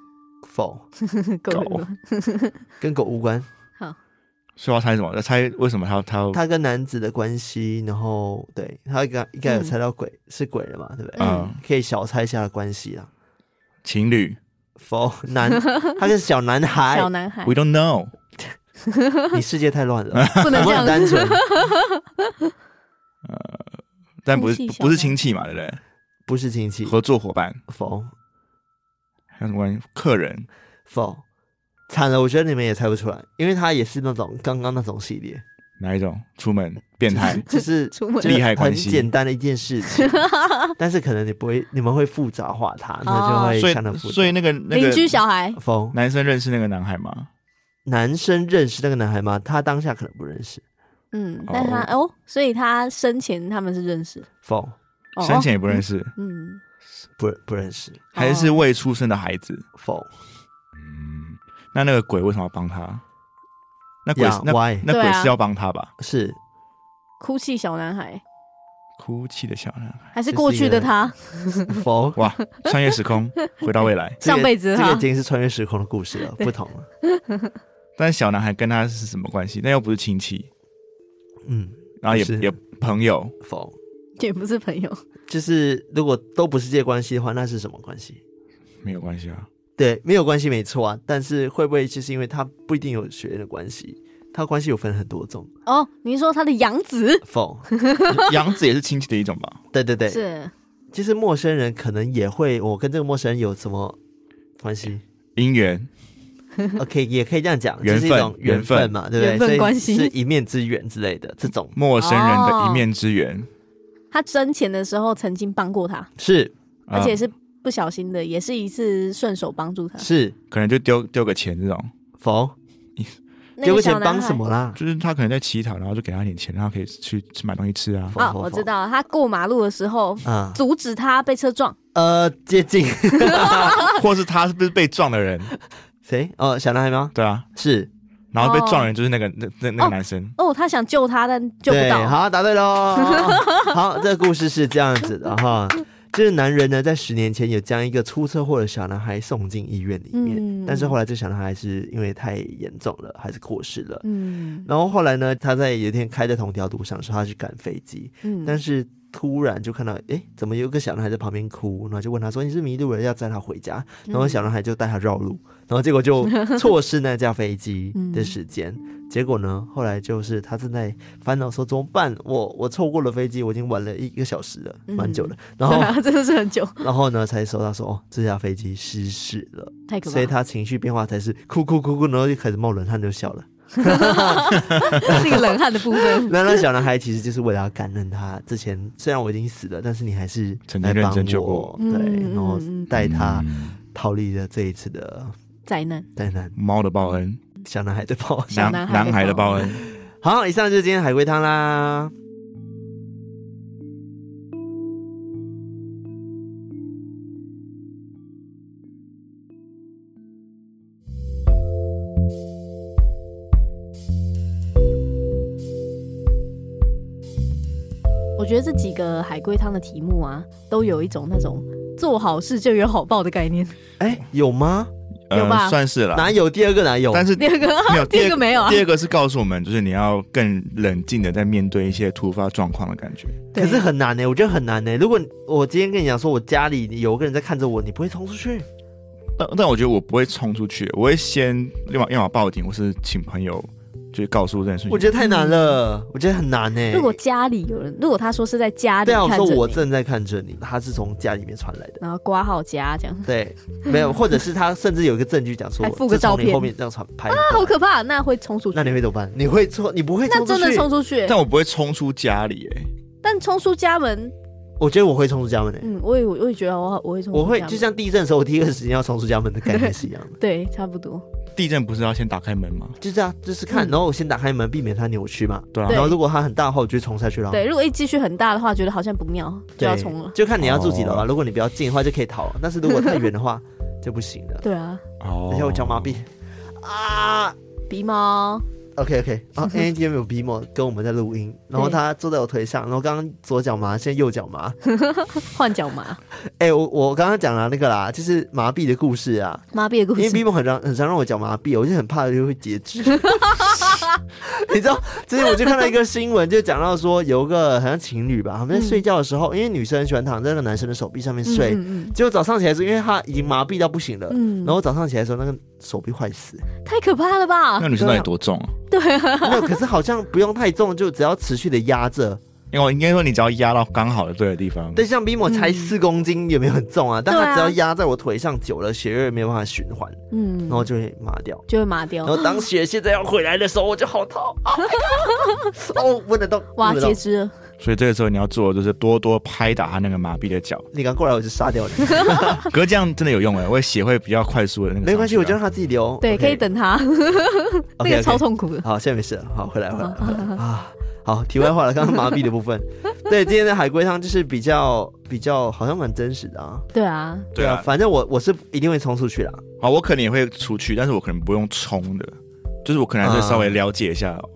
否，
跟狗有关。
跟狗无
哦
关。
所以我要猜什么？要猜为什么他他
他跟男子的关系，然后对他应该应
嗯
该有猜到鬼、是鬼了嘛，对不对？
嗯
可以小猜一下的关系啦。
情侣
否男，他是小男孩
小，男孩
？We don't know。
你世界太乱 了，
不
我
能这
们很
样
单
子，
纯，
但不是
亲戚小
不是
孩
亲戚嘛，对不对？
不是亲戚。
合作伙伴
否
还有什么关系？客人
否，惨了，我觉得你们也猜不出来，因为他也是那种刚刚那种系列，
哪一种？出门变态，
就是
出门
就是
利害关
很
系
简单的一件事 情，但是可能你不会，你们会复杂化
哦
它，那就
所
会
以
看得复杂。
所以那个那
邻
个
居小孩
风
男生认识那个男孩吗？
男生认识那个男孩吗？他当下可能不认识。
嗯，但他哦，所以他生前他们是认识，
风
哦，
生前也不认识，
嗯，
不不认识。
还是未出生的孩子。
风
嗯，那那个鬼为什么要帮他？那鬼
Yeah,
那
why？
那
对
鬼
啊
是要帮他吧？
是
哭泣小男孩，
哭泣的小男孩，
还是过去的他，
风
哇，穿越时空回到 未来，
这个
上辈子的
这个
他
已经是穿越时空的故事了，不同了。
但是小男孩跟他是什么关系？那又不是亲戚，
嗯，
然后也
不是
也朋友，
否，
也不是朋友，
就是如果都不是这些关系的话，那是什么关系？
没有关 系啊。
对，没有关系，没错啊。但是会不会就是因为他不一定有血缘的关系，他关系有分很多种？
哦，您说他的养子
否，
杨子也是亲戚的一种吧？
对对对，
是
其实陌生人可能也会，我跟这个陌生人有什么关 系
姻缘，
？OK，也可以这样讲，
缘
就
分
是一种
缘
缘
分
分嘛，对不对？
缘分
所以
关系嗯
是一面之缘之类的，这种
陌生人的一面之缘，
他生前的时候曾经帮过他，
是
哦
啊
而且是不小心的，也是一次顺手帮助他。
是
可能就丢丢个钱这种，
否？
那
丢个
个小
钱
男
帮
孩哦
什么啦？
就是他可能在乞讨，然后就给他一点钱，让他可以去去买东西吃 啊。
否
啊？我知。道，他过马路的时候
否啊，
阻止他被车撞，
呃，接近
或是他是不是被撞的人？
谁？哦，小男孩吗？
对啊，
是
然后被撞的人就是那个那那那个男生。
哦，他想救他，但救不
对，
到。
好，答对 喽。好，这个故事是这样子的哈，就是男人呢，在十年前有将一个出车祸的小男孩送进医院里面，
嗯
但是后来这小男孩是因为太严重了，还是过世了。
嗯
然后后来呢，他在有一天开在同条路上的时候，他去赶飞机，但
嗯，
是突然就看到，诶，怎么有个小男孩在旁边哭？然后就问他说：“你是迷路了，要载他回家？”
嗯
然后小男孩就带他绕路，然后结果 就错失那架飞机
嗯
的时间。结果呢，后来就是他正在烦恼说怎么办？我我错过了飞机，我已经晚了一个小时了，蛮久的。然
嗯对
后
啊，真的是 很久，
然后呢，才收到说哦，这架飞机失事了，
太可怕
所以
了。
他情绪变化才是哭哭哭哭，然后就开始冒冷汗就笑了。
那个冷汗的部分，
那那小男孩其实就是为了要感恩他之前，虽然我已经死了，但是你还是
曾经
来
认
帮
真救
我，
过
对，
嗯
然后
嗯嗯
带他
嗯
逃离了这一次的
灾难，
灾难。
猫的报恩，
小男孩的 抱
小男
男
孩的
男孩的
报
报
恩
恩。
好，以上就是今天海龟汤啦。
我觉得这几个海龟汤的题目啊，都有一种那种做好事就有好报的概念。
哎、有吗？
有吧
呃，算是了。
哪有？第二个哪有？
但是
第二个
没有
第二个没有啊
第二个是告诉我们，就是你要更冷静的在面对一些突发状况的感觉。
可
对
是很难呢、欸我觉得很难呢、如果我今天跟你讲说，我家里有个人在看着我，你不会冲出去？
但但我觉得我不会冲出去，我会先要么要么报警，或是请朋友就是告诉这件事情。
我觉得太难了，我觉得很难呢、
如果家里有人，如果他说是在家里
对啊，我
看着
说
你，
我正在看着你，他是从家里面传来的。
然后挂号家这样，
对，没有，或者是他甚至有一个证据讲说，
还附个
是从
照片啊
你后面这样传拍的，
好可怕，那会冲出去
那，你会怎么办？你会冲？你不会
那
冲出
真
去？
的冲出去。
但我不会冲出家里、欸，
但冲出家门，
我觉得我会冲出家门呢、欸
嗯，我也我也觉得我我会冲出家门，
我会就像地震的时候，我第一个时间要冲出家门的概念是一样的。
对，差不多。
地震不是要先打开门吗？
就这样，就是看，
嗯
然后我先打开门，避免它扭曲嘛。
对啊，
对
然后如果它很大的话，我就冲下去了。
对，如果一继续很大的话，觉得好像不妙，就
哦对，
要冲了。
就看你要住几楼了。
哦
如果你比较近的话，就可以逃；但是如果太远的话， 就不行了。
对啊，
哦
等一下我脚麻痹啊。
鼻毛，
OK OK，然 后哦 a n 今天没有鼻毛，跟我们在录音，然后他坐在我腿上，然后刚刚左脚麻，现在右脚麻。
换脚麻，
哎、我我刚刚讲了那个啦，就是麻痹的故事啊，
麻痹的故
因为
事。
鼻毛很常很常让我脚麻痹，我就很怕就会截肢。 你知道，之前我就看到一个新闻，就讲到说有个好像情侣吧，他们在睡觉的时候，因为女生很喜欢躺在那个男生的手臂上面睡，
嗯嗯
结果早上起来是因为他已经麻痹到不行了，
嗯
呃然后早上起来的时候那个手臂坏死，
嗯，太可怕了吧
那？女生到底多重啊？
没有，可是好像不用太重，就只要持续的压着，
因为我应该说你只要压到刚好的对的地方，
但像 BMO 才
嗯
四公斤，也没有很重啊，但
对
它
啊
只要压在我腿上久了，血液没有办法循环，
嗯
然，后就会麻掉。
就会麻
然
掉，
后当血现在要回来的时候，我就好痛啊！ 哦，闻得到，
哇，
闻得到
截。肢了，
所以这个时候你要做的就是多多拍打他那个麻痹 的脚，
你敢过来，我就杀掉你。
可是这样真的有用哎，我血会比较快速的那个上去啊。
没关系，我就让它自己流。
对，
OK
可以。等他，那
OK，
个超
OK
痛苦的，
好，现在没事了。好，回来，回来回来啊。好，题外话了，刚刚麻痹的部 分。对，今天的海龟汤就是比较比较，好像蛮真实的啊。
对啊，
对啊，
反正我我是一定会冲出去啦。
啊，我可能也会出去，但是我可能不用冲的，就是我可能还是稍微了解一下，哦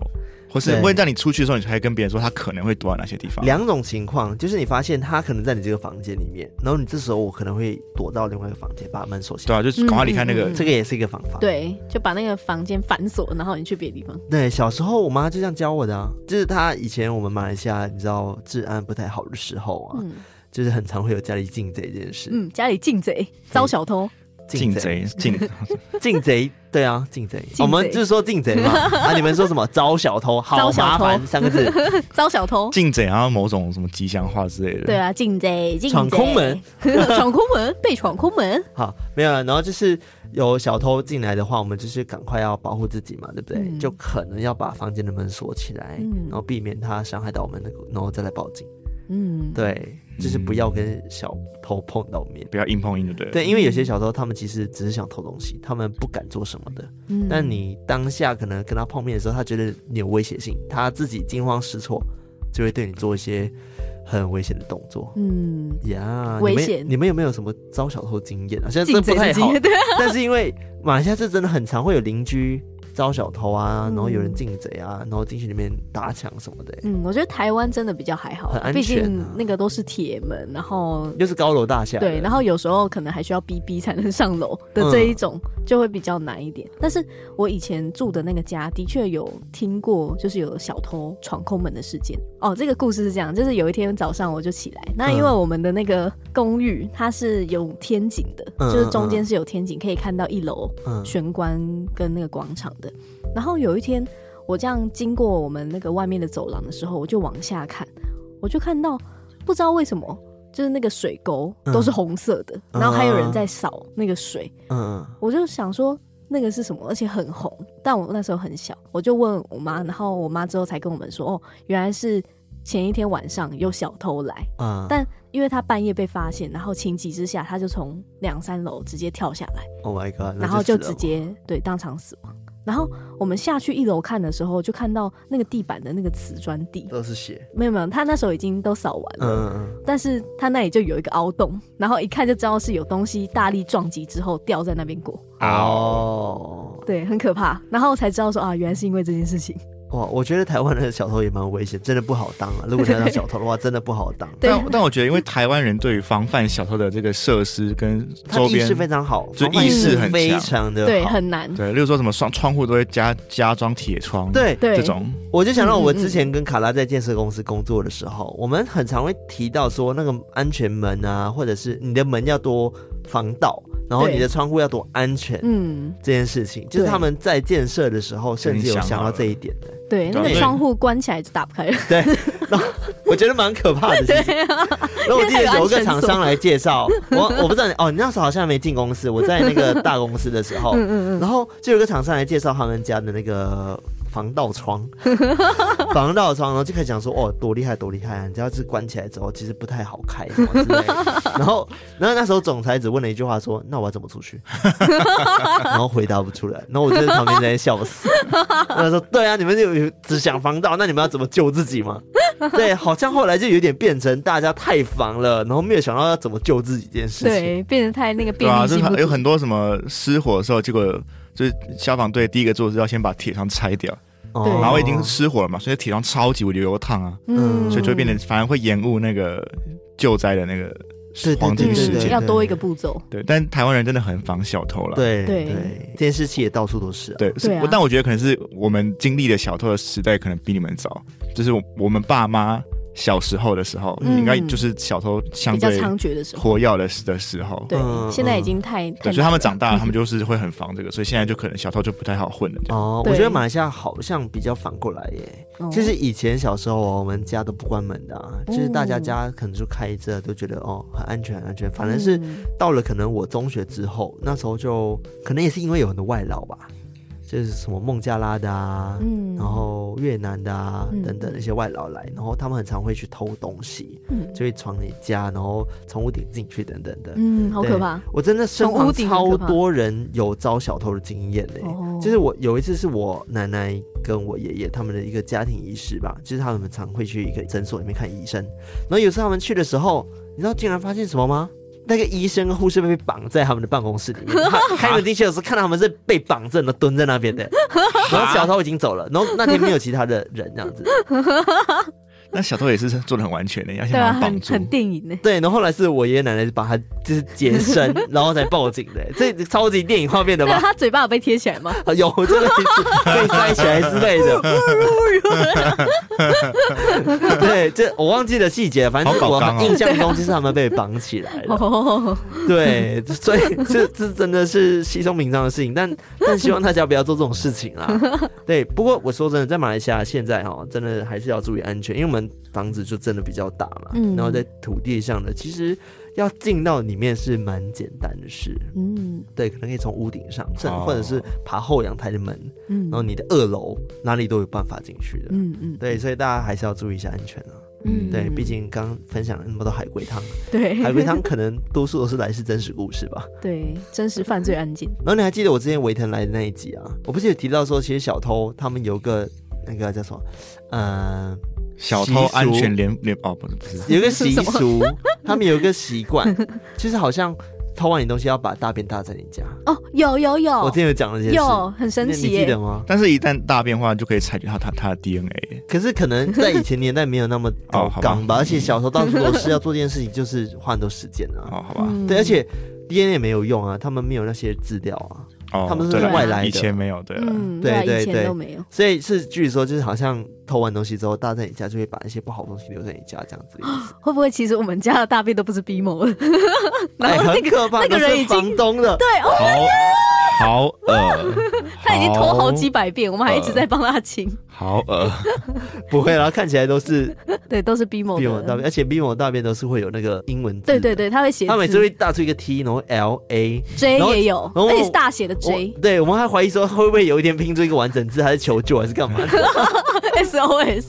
或是
对
会让你出去的时候，你才会跟别人说他可能会躲到哪些地方。
两种情况，就是你发现他可能在你这个房间里面，然后你这时候我可能会躲到另外一个房间，把门锁起
对
来。
啊，就是赶快离开那个
嗯嗯嗯
这个也是一个方法。
对，就把那个房间反锁，然后你去别的地方，
对，小时候我妈就这样教我的、啊，就是她以前我们马来西亚，你知道治安不太好的时候啊，
嗯
就是很常会有家里进贼这件事。
嗯，家里进贼，招小偷，
进，贼进，
进贼，对啊，进贼。
贼
我们就是说进 贼嘛，啊，你们说什么招小偷，好
招小
麻
偷
烦三个 字，
招小偷，
进贼，然后某种什么吉祥话之类的。
对，啊，进贼，进贼
闯空门，
闯空门，被闯空门，
好，没有了。然后就是有小偷进来的话，我们就是赶快要保护自己嘛，对不对？
嗯
就可能要把房间的门锁起来，
嗯
然后避免他伤害到我们，然后再来报警。
嗯，
对，就是不要跟小偷碰到面。
不要硬碰硬就对了。
对，因为有些小偷他们其实只是想偷东西，他们不敢做什么的。
嗯，
但你当下可能跟他碰面的时候，他觉得你有威胁性，他自己惊慌失措，就会对你做一些很危险的动作。
嗯，
呀、
危
你们
险
你们有没有什么招小偷经验啊？现在
进
这不
贼
太
的经
好，
验，对，啊
但是因为马来西亚是真的很常会有邻居招小偷啊，
嗯
然后有人进贼啊，然后进去里面打抢什么的、
嗯，我觉得台湾真的比较还好
很，安
毕
全
竟
啊
那个都是铁门，然后
又是高楼大厦的。嗯
对，然后有时候可能还需要逼逼才能上楼的这一种，就会比较难一点。但是我以前住的那个家，的确有听过，就是有小偷闯空门的事件。哦，这个故事是这样，就是有一天早上我就起来，那因为
嗯
我们的那个公寓它是有天井的，
嗯
就是中间是有天井，可以看到一楼
嗯
玄关跟那个广场的。然后有一天，我这样经过我们那个外面的走廊的时候，我就往下看，我就看到不知道为什么，就是那个水沟
嗯
都是红色的，
啊
然后还有人在扫那个水，
嗯
我就想说。那个是什么？而且很红，但我那时候很小，我就问我妈，然后我妈之后才跟我们说，哦，原来是前一天晚上有小偷来，
嗯，
但因为他半夜被发现，然后情急之下，他就从两三楼直接跳下来。
Oh my god！
然后就
死了
直接对当场死亡。然后我们下去一楼看的时候，就看到那个地板的那个瓷砖地，
都是血。
没有没有，他那时候已经都扫完
嗯
了，
嗯嗯，
但是他那里就有一个凹洞，然后一看就知道是有东西大力撞击之后掉在那边过，
哦，
对，很可怕。然后才知道说啊，原来是因为这件事情，
哇，我觉得台湾的小偷也蛮危险，真的不好当啊。如果你要当小偷的话，真的不好 当。
对
但但我觉得，因为台湾人对于防范小偷的这个设施跟
他
周
意
边
识，非常好，
就
防范
意识
很
非
强
常的
对，
好
很难，
对，例如说什么窗窗户都会加加装铁窗，
对
对
这种
我就想到我之前跟卡拉在建设公司工作的时候，我们很常会提到说那个安全门啊，或者是你的门要多防盗，然后
对
你的窗户要多安全
嗯，
这件事情，就是他们在建设的时候甚至有想到这一点的，
对，那
对啊
个窗户关起来就打不开了，
我觉得蛮可 怕的。其实， 然后我记得有一个厂商来介绍，我我不知道你哦，你那时候好像没进公司，我在那个大公司的时候，然后就有一个厂商来介绍他们家的那个防盗窗， 防盗窗，然后就开始讲说哦多厉害多厉害啊，你只要是关起来之后，其实不太好开什么之类的。 然后，然后那时候总裁只问了一句话说，那我要怎么出去？ 然后回答不出来，然后我就在旁边在那笑 死。他说对啊，你们有有只想防盗，那你们要怎么救自己吗？对，好像后来就有点变成大家太防了，然后没有想到要怎么救自己这件事情。
对，变得太那个
对
便
啊，
利
就是
性不
很有
足，
很多什么失火的时候，结果就是消防队第一个做的是要先把铁窗拆掉，
哦
对
然后已经失火了嘛，所以铁窗超级无敌流烫啊，
嗯
所以就会变得反而会延误那个救灾的那个
对对
黄
对
金时
对对
间。
要多一个步骤，
对，但台湾人真的很防小偷了。
对
对
对，监视器也到处都是、啊。
对，是
对啊
我但我觉得可能是我们经历的小偷的时代可能比你们早，就是我我们爸妈小时候的时候，
嗯
应该就是小偷相
比较
对
猖獗的时候，
活跃的时的时候。
对
嗯，
现在已经太太
对，所以他
难了
们长大，他们就是会很防这个，所以现在就可能小偷就不太好混了。这样
哦，
对
我觉得马来西亚好像比较反过来耶。
哦
其实以前小时候哦，我们家都不关门的、啊，就是大家
嗯
家可能就开着，都觉得哦很安全很安全。反正是
嗯
到了可能我中学之后，那时候就可能也是因为有很多外劳吧，就是什么孟加拉的啊，
嗯
然后越南的啊
嗯
等等一些外劳来，然后他们很常会去偷东西，
嗯
就会闯你家，然后从屋顶进去等等的。
嗯，好
对
可怕，
我真的身
从屋
旁
顶很
超
可怕
多人有遭小偷的经验嘞、
哦
就是我有一次是我奶奶跟我爷爷他们的一个家庭仪式吧，就是他们常会去一个诊所里面看医生，然后有时候他们去的时候，你知道竟然发现什么吗？那个医生跟护士被绑在他们的办公室里 面，他开门进去的时候看到他们是被绑着的蹲在那边 的，然后小偷已经走了，然后 那天没有其他的人这样子，
那小偷也是做的很完全的，而且
对啊，
把他
很
绑住。
很电影呢。
对，然后后来是我爷爷奶奶把他就是解身， 然后才报警的，欸这超级电影画面的吧
那？他嘴巴有被贴起来吗？
啊有这类似被塞起来之类的， 对，这我忘记了细节，反正
好搞纲
我
哦
印象中就是他们被绑起来了。
哦，
对，所以这这真的是稀松平常的事情，但但希望大家不要做这种事情啦。对，不过我说真的，在马来西亚现在哈，真的还是要注意安全，因为我们房子就真的比较大嘛，
嗯
然后在土地上的，其实要进到里面是蛮简单的事，
嗯
对，可能可以从屋顶上，甚
哦
或者是爬后阳台的门，
嗯
然后你的二楼哪里都有办法进去的。
嗯嗯，
对，所以大家还是要注意一下安全啊。
嗯
对，毕竟刚分享了那么多海龟汤，
对
海龟汤可能多数都是来自真实故事吧。
对真实犯罪案件，
然后你还记得我之前维腾来的那一集啊？我不是有提到说，其实小偷他们有个那个叫什么， 呃，
小
习
偷
俗
安全联联哦，不是不是，
有个习
什么
俗， 他们有一个习 惯，就是好像偷完你东西要把大便搭在你家。
哦，有有
我
有
之前有讲了这件事，
有，很神
你
奇
你记
耶
得，吗？
但是一旦大变化就可以采集到他他的 DNA。
可是可能在以前年代没有那 么高
哦好吧
纲
嗯
吧，而且小时候到处都是要做这件事情，就是花很多时间 啊。
哦，好吧，
嗯
对，而且 DNA 没有用啊，他们没有那些资料啊，
哦，
他们是
对了
外来
的
以前没有，对了，
嗯，
对
啊
对
以前
对
都没有，
所以是据说就是好像偷完东西之后，搭在你家就会把一些不好的东西留在你家这样子的意思。
会不会其实我们家的大便都不是逼某 的？
哎，
然后
很可怕，
那个
都是
人已经
房东的，
对哦，
好好呃恶，
他已经偷好几百
哦
遍，我们还一直在帮他清，
好呃 恶，
不会啦，看起来都是
对，都是逼某
B 某大
的。
便，而且 B 某大便都是会有那个英文字，
哦对对，对，他会写
他每次
字
会打出一个 T，然后 L A。
J
然后
也有，
然后
而且是大写的
我
J
对我们还怀疑说会不会有一天拼出一个完整字，还是求救，还是干嘛的？
S O S，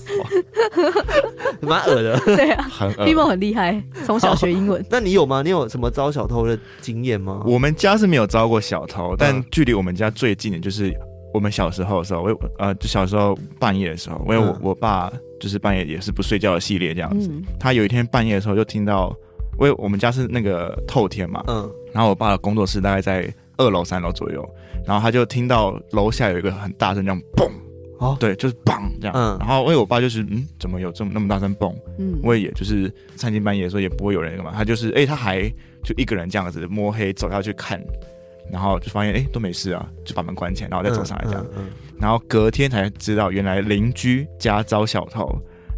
蛮恶的。
对啊
很呃
嗯
逼某
恶。
很厉害，从小学 英文。
那你有吗？你有什么招小偷的经验吗？
我们家是没有招过小偷，
嗯
但距离我们家最近的就是我们小时候的时候，我呃，就小时候半夜的时候，因为我
嗯
我爸就是半夜也是不睡觉的系列这样子，
嗯
他有一天半夜的时候就听到，因为我们家是那个透天嘛，
嗯，
然后我爸的工作室大概在二楼、三楼左右，然后他就听到楼下有一个很大声这样嘣，
哦
对，就是嘣这样。
嗯
然后因为我爸就是嗯，怎么有这么那么大声嘣？
嗯，
我也就是三更半夜的时候也不会有人干嘛，他就是哎、他还就一个人这样子摸黑走下去看，然后就发现哎、都没事啊，就把门关起来，然后再走上来这样。
嗯。嗯
然后隔天才知道，原来邻居家遭小偷，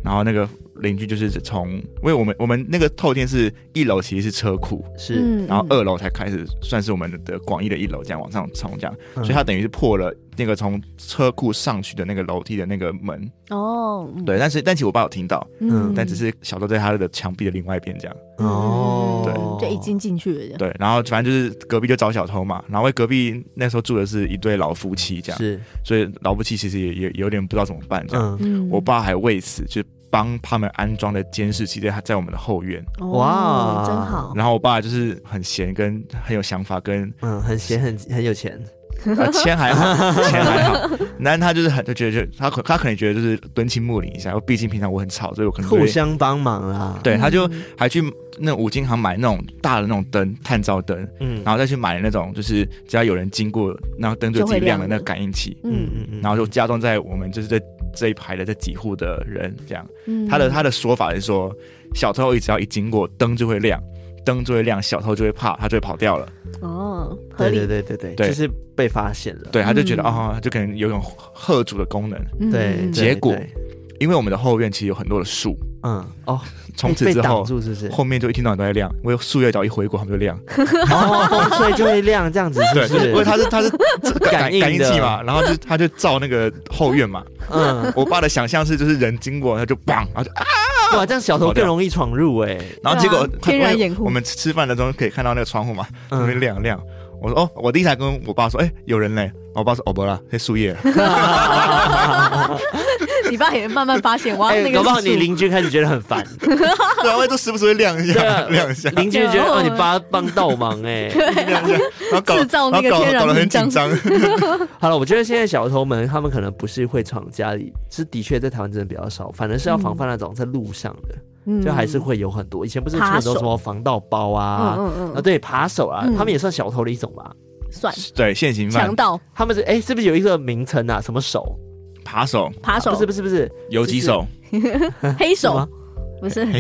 然后那个邻居就是从因为我们我们那个透天是一楼其实是车库，
嗯是，
嗯
然后二楼才开始算是我们的广义的一楼，这样往上冲，这样，
嗯
所以它等于是破了那个从车库上去的那个楼梯的那个门，
哦，嗯
对，但是但其实我爸有听到，
嗯
但只是小偷在他的墙壁的另外一边这样，
哦，
就已经进去了嗯这样。
对，然后反正就是隔壁就找小偷嘛，然后因为隔壁那时候住的是一对老夫妻这样，
是，
所以老夫妻其实也也也有点不知道怎么办这样，
嗯，
嗯
我爸还为此就帮他们安装的监视器在他在我们的后院，
哦
哇
真好，
然后我爸就是很闲跟很有想法跟
嗯，很闲，很很有钱，
啊，钱还 好，钱还好，但他就是很就觉得就他可他可能觉得就是敦亲睦邻一下，毕竟平常我很吵，所以我可能
互
会
相帮忙啦。，
对，他就
嗯
还去那五金行买那种大的那种灯，探照灯，
嗯
然后再去买那种就是只要有人经过，然后灯就
就
自
会
己亮
亮
的那个
的
感应器，
嗯
嗯
嗯嗯，
然后就加装在我们就是这这一排的这几户的人这样。
嗯
他的他的说法是说，小偷只要一经过，灯就会亮，灯就会亮，小偷就会怕，他就会跑掉了。
哦
对
合理
对对对对，
对
就是被发现了。
对，他就觉得
嗯
哦，就可能有一种吓阻的功能。
嗯
对，
嗯
结果
对
因为我们的后院其实有很多的树，
嗯嗯，哦，
从此
被
之
挡
后，哦
住是不 是？
后面就一天到晚都在亮，我有树叶只要一回过，它们就亮。
哦，风吹就会亮，这样子是
对，
不
因为
是？
它是它是
感
感
应
感应
的
器嘛，然后就它就照那个后院嘛。
嗯，
我爸的想象是就是人经过，他就砰，然后就啊，
哇，这样小偷更容易闯入哎。
然后结果
对啊天然掩护
我们吃饭的时候可以看到那个窗户嘛，那边
嗯，
亮亮。我说哦，我第一才跟我爸说，哎，有人嘞。然后我爸说哦不啦，那树叶。
你爸也慢慢发现，哇，那
哎，
个
搞不好
是树
你邻居开始觉得很烦，
对啊，我就时不时会亮
对
一下
啊，
亮一下，
邻居觉得
对
哦，你帮帮倒忙哎。
亮一下，然后搞，
制造那个
然后搞
天然
搞得很
屏障
紧张。
好了，我觉得现在小偷们他们可能不是会闯家里，是的确在台湾真的比较少，反而是要防范那种在路上的，
嗯
就还是会有很多。以前不是出
扒
很多
手
什么防盗包啊，
嗯嗯
啊，
嗯，
对，扒手啊，
嗯
他们也算小偷的一种吧。
算
对，现行犯
强、盗、
他们是哎、是不是有一个名称啊？什么手？
扒手、
扒手
啊不、是不是不是，
游击手、
黑
什
手
么，
不是
黑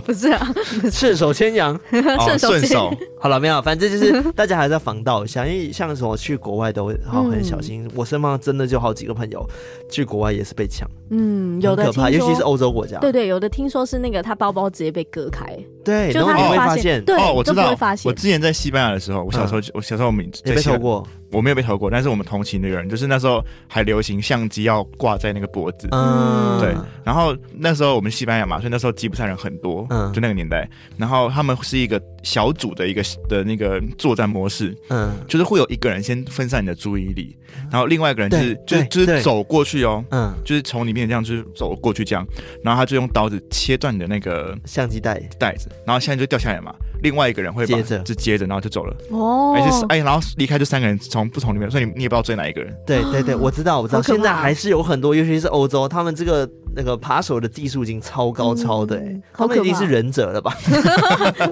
不是啊，
赤手牵 羊。
哎哦
顺手
顺
牵
手。
好了，没有，反正就是 大家还是要防盗一下，因为像什么去国外都好
嗯
很小心。我身旁真的就好几个朋友去国外也是被抢，
嗯，有的
很可
听
怕，
说，
尤其是欧洲国家。
对对，有的听说是那个他包包直接被割开，
对，
就
然后
他
你哎会
没
发
发
现，
对，
哦，我知
都不
道
会发。现嗯
我之前在西班牙的时候，我小时候就、我小时候我们
你
在
被
西
偷
班牙，
过，
我没有被偷过，但是我们同行的人，就是那时候还流行相机要挂在那个脖子。
嗯，
对，然后那时候我们西班牙嘛，所以那时候吉普赛人很多，
嗯
就那个年代。然后他们是一个小组的一个的那个作战模式，
嗯
就是会有一个人先分散你的注意力，然后另外一个人就是就
对
是
对
就是
对
走过去哦，
嗯，
就是从你面前这样就是走过去这样，然后他就用刀子切断你的那个
相机袋，
袋子，然后现在就掉下来嘛。另外一个人会把
接着
就接着，然后就走了。
哦，
而且是哎，然后离开就三个人从不同里面，所以你你也不知道追哪一个人。
对对对，我知道，我知道，
啊好可怕
现在还是有很多，尤其是欧洲，他们这个那个扒手的技术已经超高超的、欸
嗯
他
好可怕
们已经是忍者了吧？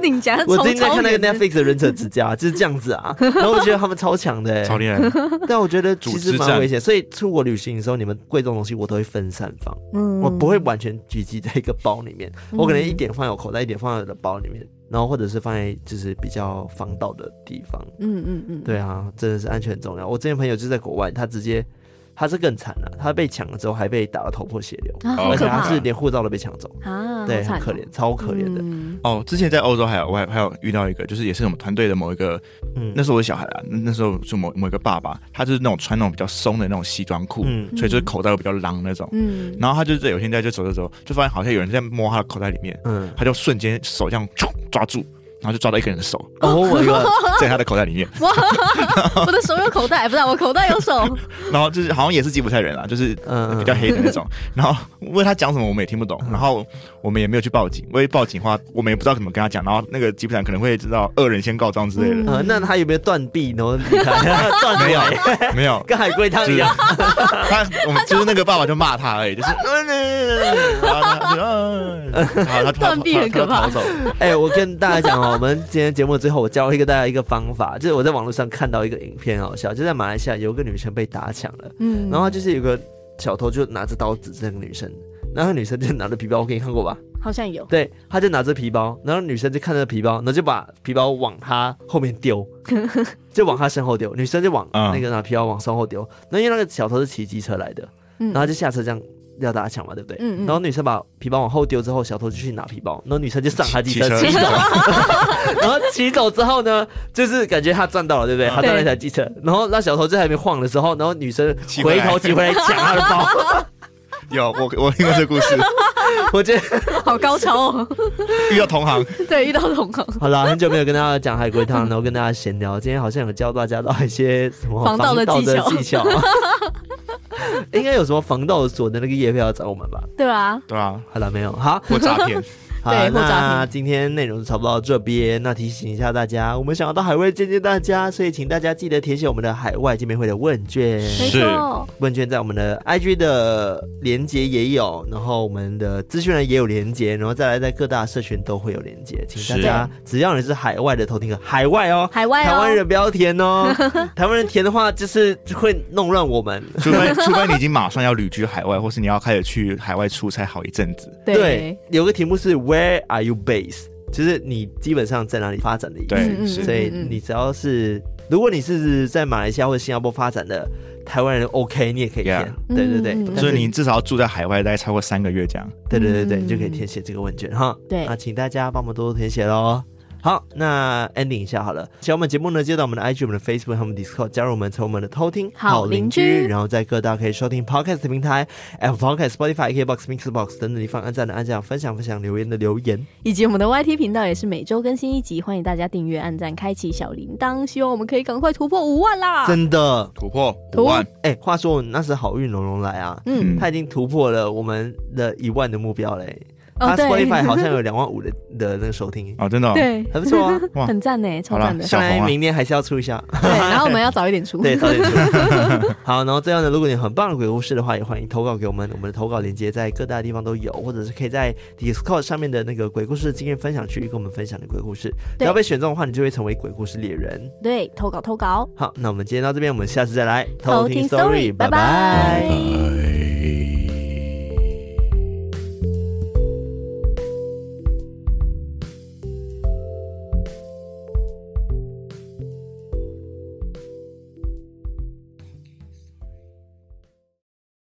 你家
我
超
最近在
超
看那个
远的
Netflix 的忍者之家， 就是这样子啊，然后我觉得他们超强的、欸，
超厉害，
但我觉得其实
组织
蛮
战
危险，所以出国旅行的时候，你们贵重的东西我都会分散放，
嗯
我不会完全聚集在一个包里面，我可能一点放在我口袋，一点放在我的包里面，然后或者是放在就是比较防盗的地方。
嗯嗯嗯，
对啊，真的是安全很重要。我之前朋友就在国外，他直接他是更惨了、啊他被抢了之后还被打得头破血
哦
流，
啊，好
而且
可
他
怕
是连护照都被抢走，
啊，
对，
好
很
惨
可
哦
怜，，超可怜的。
嗯
哦，之前在欧洲还有我还还有遇到一个，就是也是我们团队的某一个，
嗯，
那时候我是小孩啊，那那时候是某某一个爸爸，他就是那种穿那种比较松的那种西装裤，
嗯
所以就是口袋会比较狼那种。
嗯，
然后他就在有一天在就走走走，就发现好像有人在摸他的口袋里面，
嗯，
他就瞬间手这样 冲抓住，然后就抓到一个人 的手
哦，我一个
在他的口袋里面，
我的手有 口袋，不是啊我口袋有手，
然后就是好像也是吉普赛人啦，就是
嗯
比较黑的那种。然后问他讲什么，我们也听不懂，然后我们也没有去报警，因为报警的话，我们也不知道怎么跟他讲。然后那个吉普赛人可能会知道恶人先告状之类的，
呃，那他有没有断臂然后离开？断
没有
尾，
没有。
跟海龟汤
就
一
是
样。
他，我们就是那个爸爸就骂他而已，就是，呃然后他就，呃然后他
断臂很可怕
逃走，
哎、我跟大家讲哦，我们今天节目最后，我教一个大家一个方法，就是我在网络上看到一个影片，很好笑，就在马来西亚有一个女生被打抢了，
嗯，
然后就是有个小偷就拿着刀指着那个女生，然后那个女生就拿着皮包，我给你看过吧？
好像有，
对，他就拿着皮包，然后女生就看着皮包，然后就把皮包往他后面丢，就往他身后丢，女生就往
嗯
那个拿皮包往身后丢。那因为那个小偷是骑机车来的，
嗯
然后就下车这样要打抢嘛，对不对？
嗯嗯
然后女生把皮包往后丢之后，小偷就去拿皮包，然后女生就上他机
骑
车
车
骑走，然后骑走之后呢，就是感觉他赚到了，对不对？他赚了一台机车，然后那小偷在还没晃的时候，然后女生
骑回
回
来
头骑回来抢他的包，
有我我听过这个故事，
我觉得。
好高潮哦，
遇到同行，
对，遇到哦同行，
好啦，很久没有跟大家讲海龟汤了，然后跟大家闲聊。今天好像有教大家到一些什么
防盗的
防
技巧
技巧， 应该有什么防盗锁的那个业配要找我们吧？
对啊，
对啊，
好了，没有，好，
或诈骗，
好
对，或者
那今天内容就差不多到这边。那提醒一下大家，我们想要到海外见见大家，所以请大家记得填写我们的海外见面会的问卷。
没
是
错，
问卷在我们的 IG 的连接也有，然后我们的资讯栏也有连接，然后再来在各大社群都会有连接，请大家只要你是海外的偷听客，海外哦，
海外哦
台湾人不要填 哦，台湾人填的话就是会弄乱我们。
除非除非你已经马上要旅居海外，或是你要开始去海外出差好一阵子，
对，
有个题目是 Where are you based？就是你基本上在哪里发展的意思。
对
嗯嗯
是
所以
嗯嗯
你只要是，如果你是在马来西亚或者新加坡发展的，台湾人 OK，你也可以填。
Yeah
对对对，
嗯
但是
所以你至少要住在海外大概超过三个月这样。
对对对对，你就可以
嗯
填写这个问卷哈。
对
那请大家帮忙多多填写喽。好，那 ending 一下好了。喜欢我们节目呢，接到我们的 IG、我们的 Facebook 和我们的 Discord，加入我们成为我们的偷听
好邻居
然后在各大可以收听 Podcast 的平台，Apple Podcast、Spotify、KBox、Mixbox 等等地方按赞的按赞、分享分享、留言的留言。
以及我们的 YT 频道也是每周更新一集，欢迎大家订阅、按赞、开启小铃铛，希望我们可以赶快突破五万啦！
真的，
突破
突
五万，
哎、话说我那时好运龙龙来啊，
嗯，
他已经突破了我们的一万的目标嘞、
哦
他
对
Spotify 好像有两万五的的那个收 听，
哦，真的、哦，
对，
还不错啊。
哇
很赞呢，超
好啦
赞的。
小
看
红啊
来明年还是要出一下。
对，然后我们要早一点 出。
对，早点出。 好，然后最后呢，如果你有很棒的鬼故事的话，也欢迎投稿给我们。我们的投稿链接在各大地方都有，或者是可以在 Discord 上面的那个鬼故事经验分享区跟我们分享你的鬼故事。只
对
要被选中的话，你就会成为鬼故事猎人。
对，投稿投稿，
好，那我们今天到这边，我们下次再来
偷听 story，拜
拜
拜。
拜。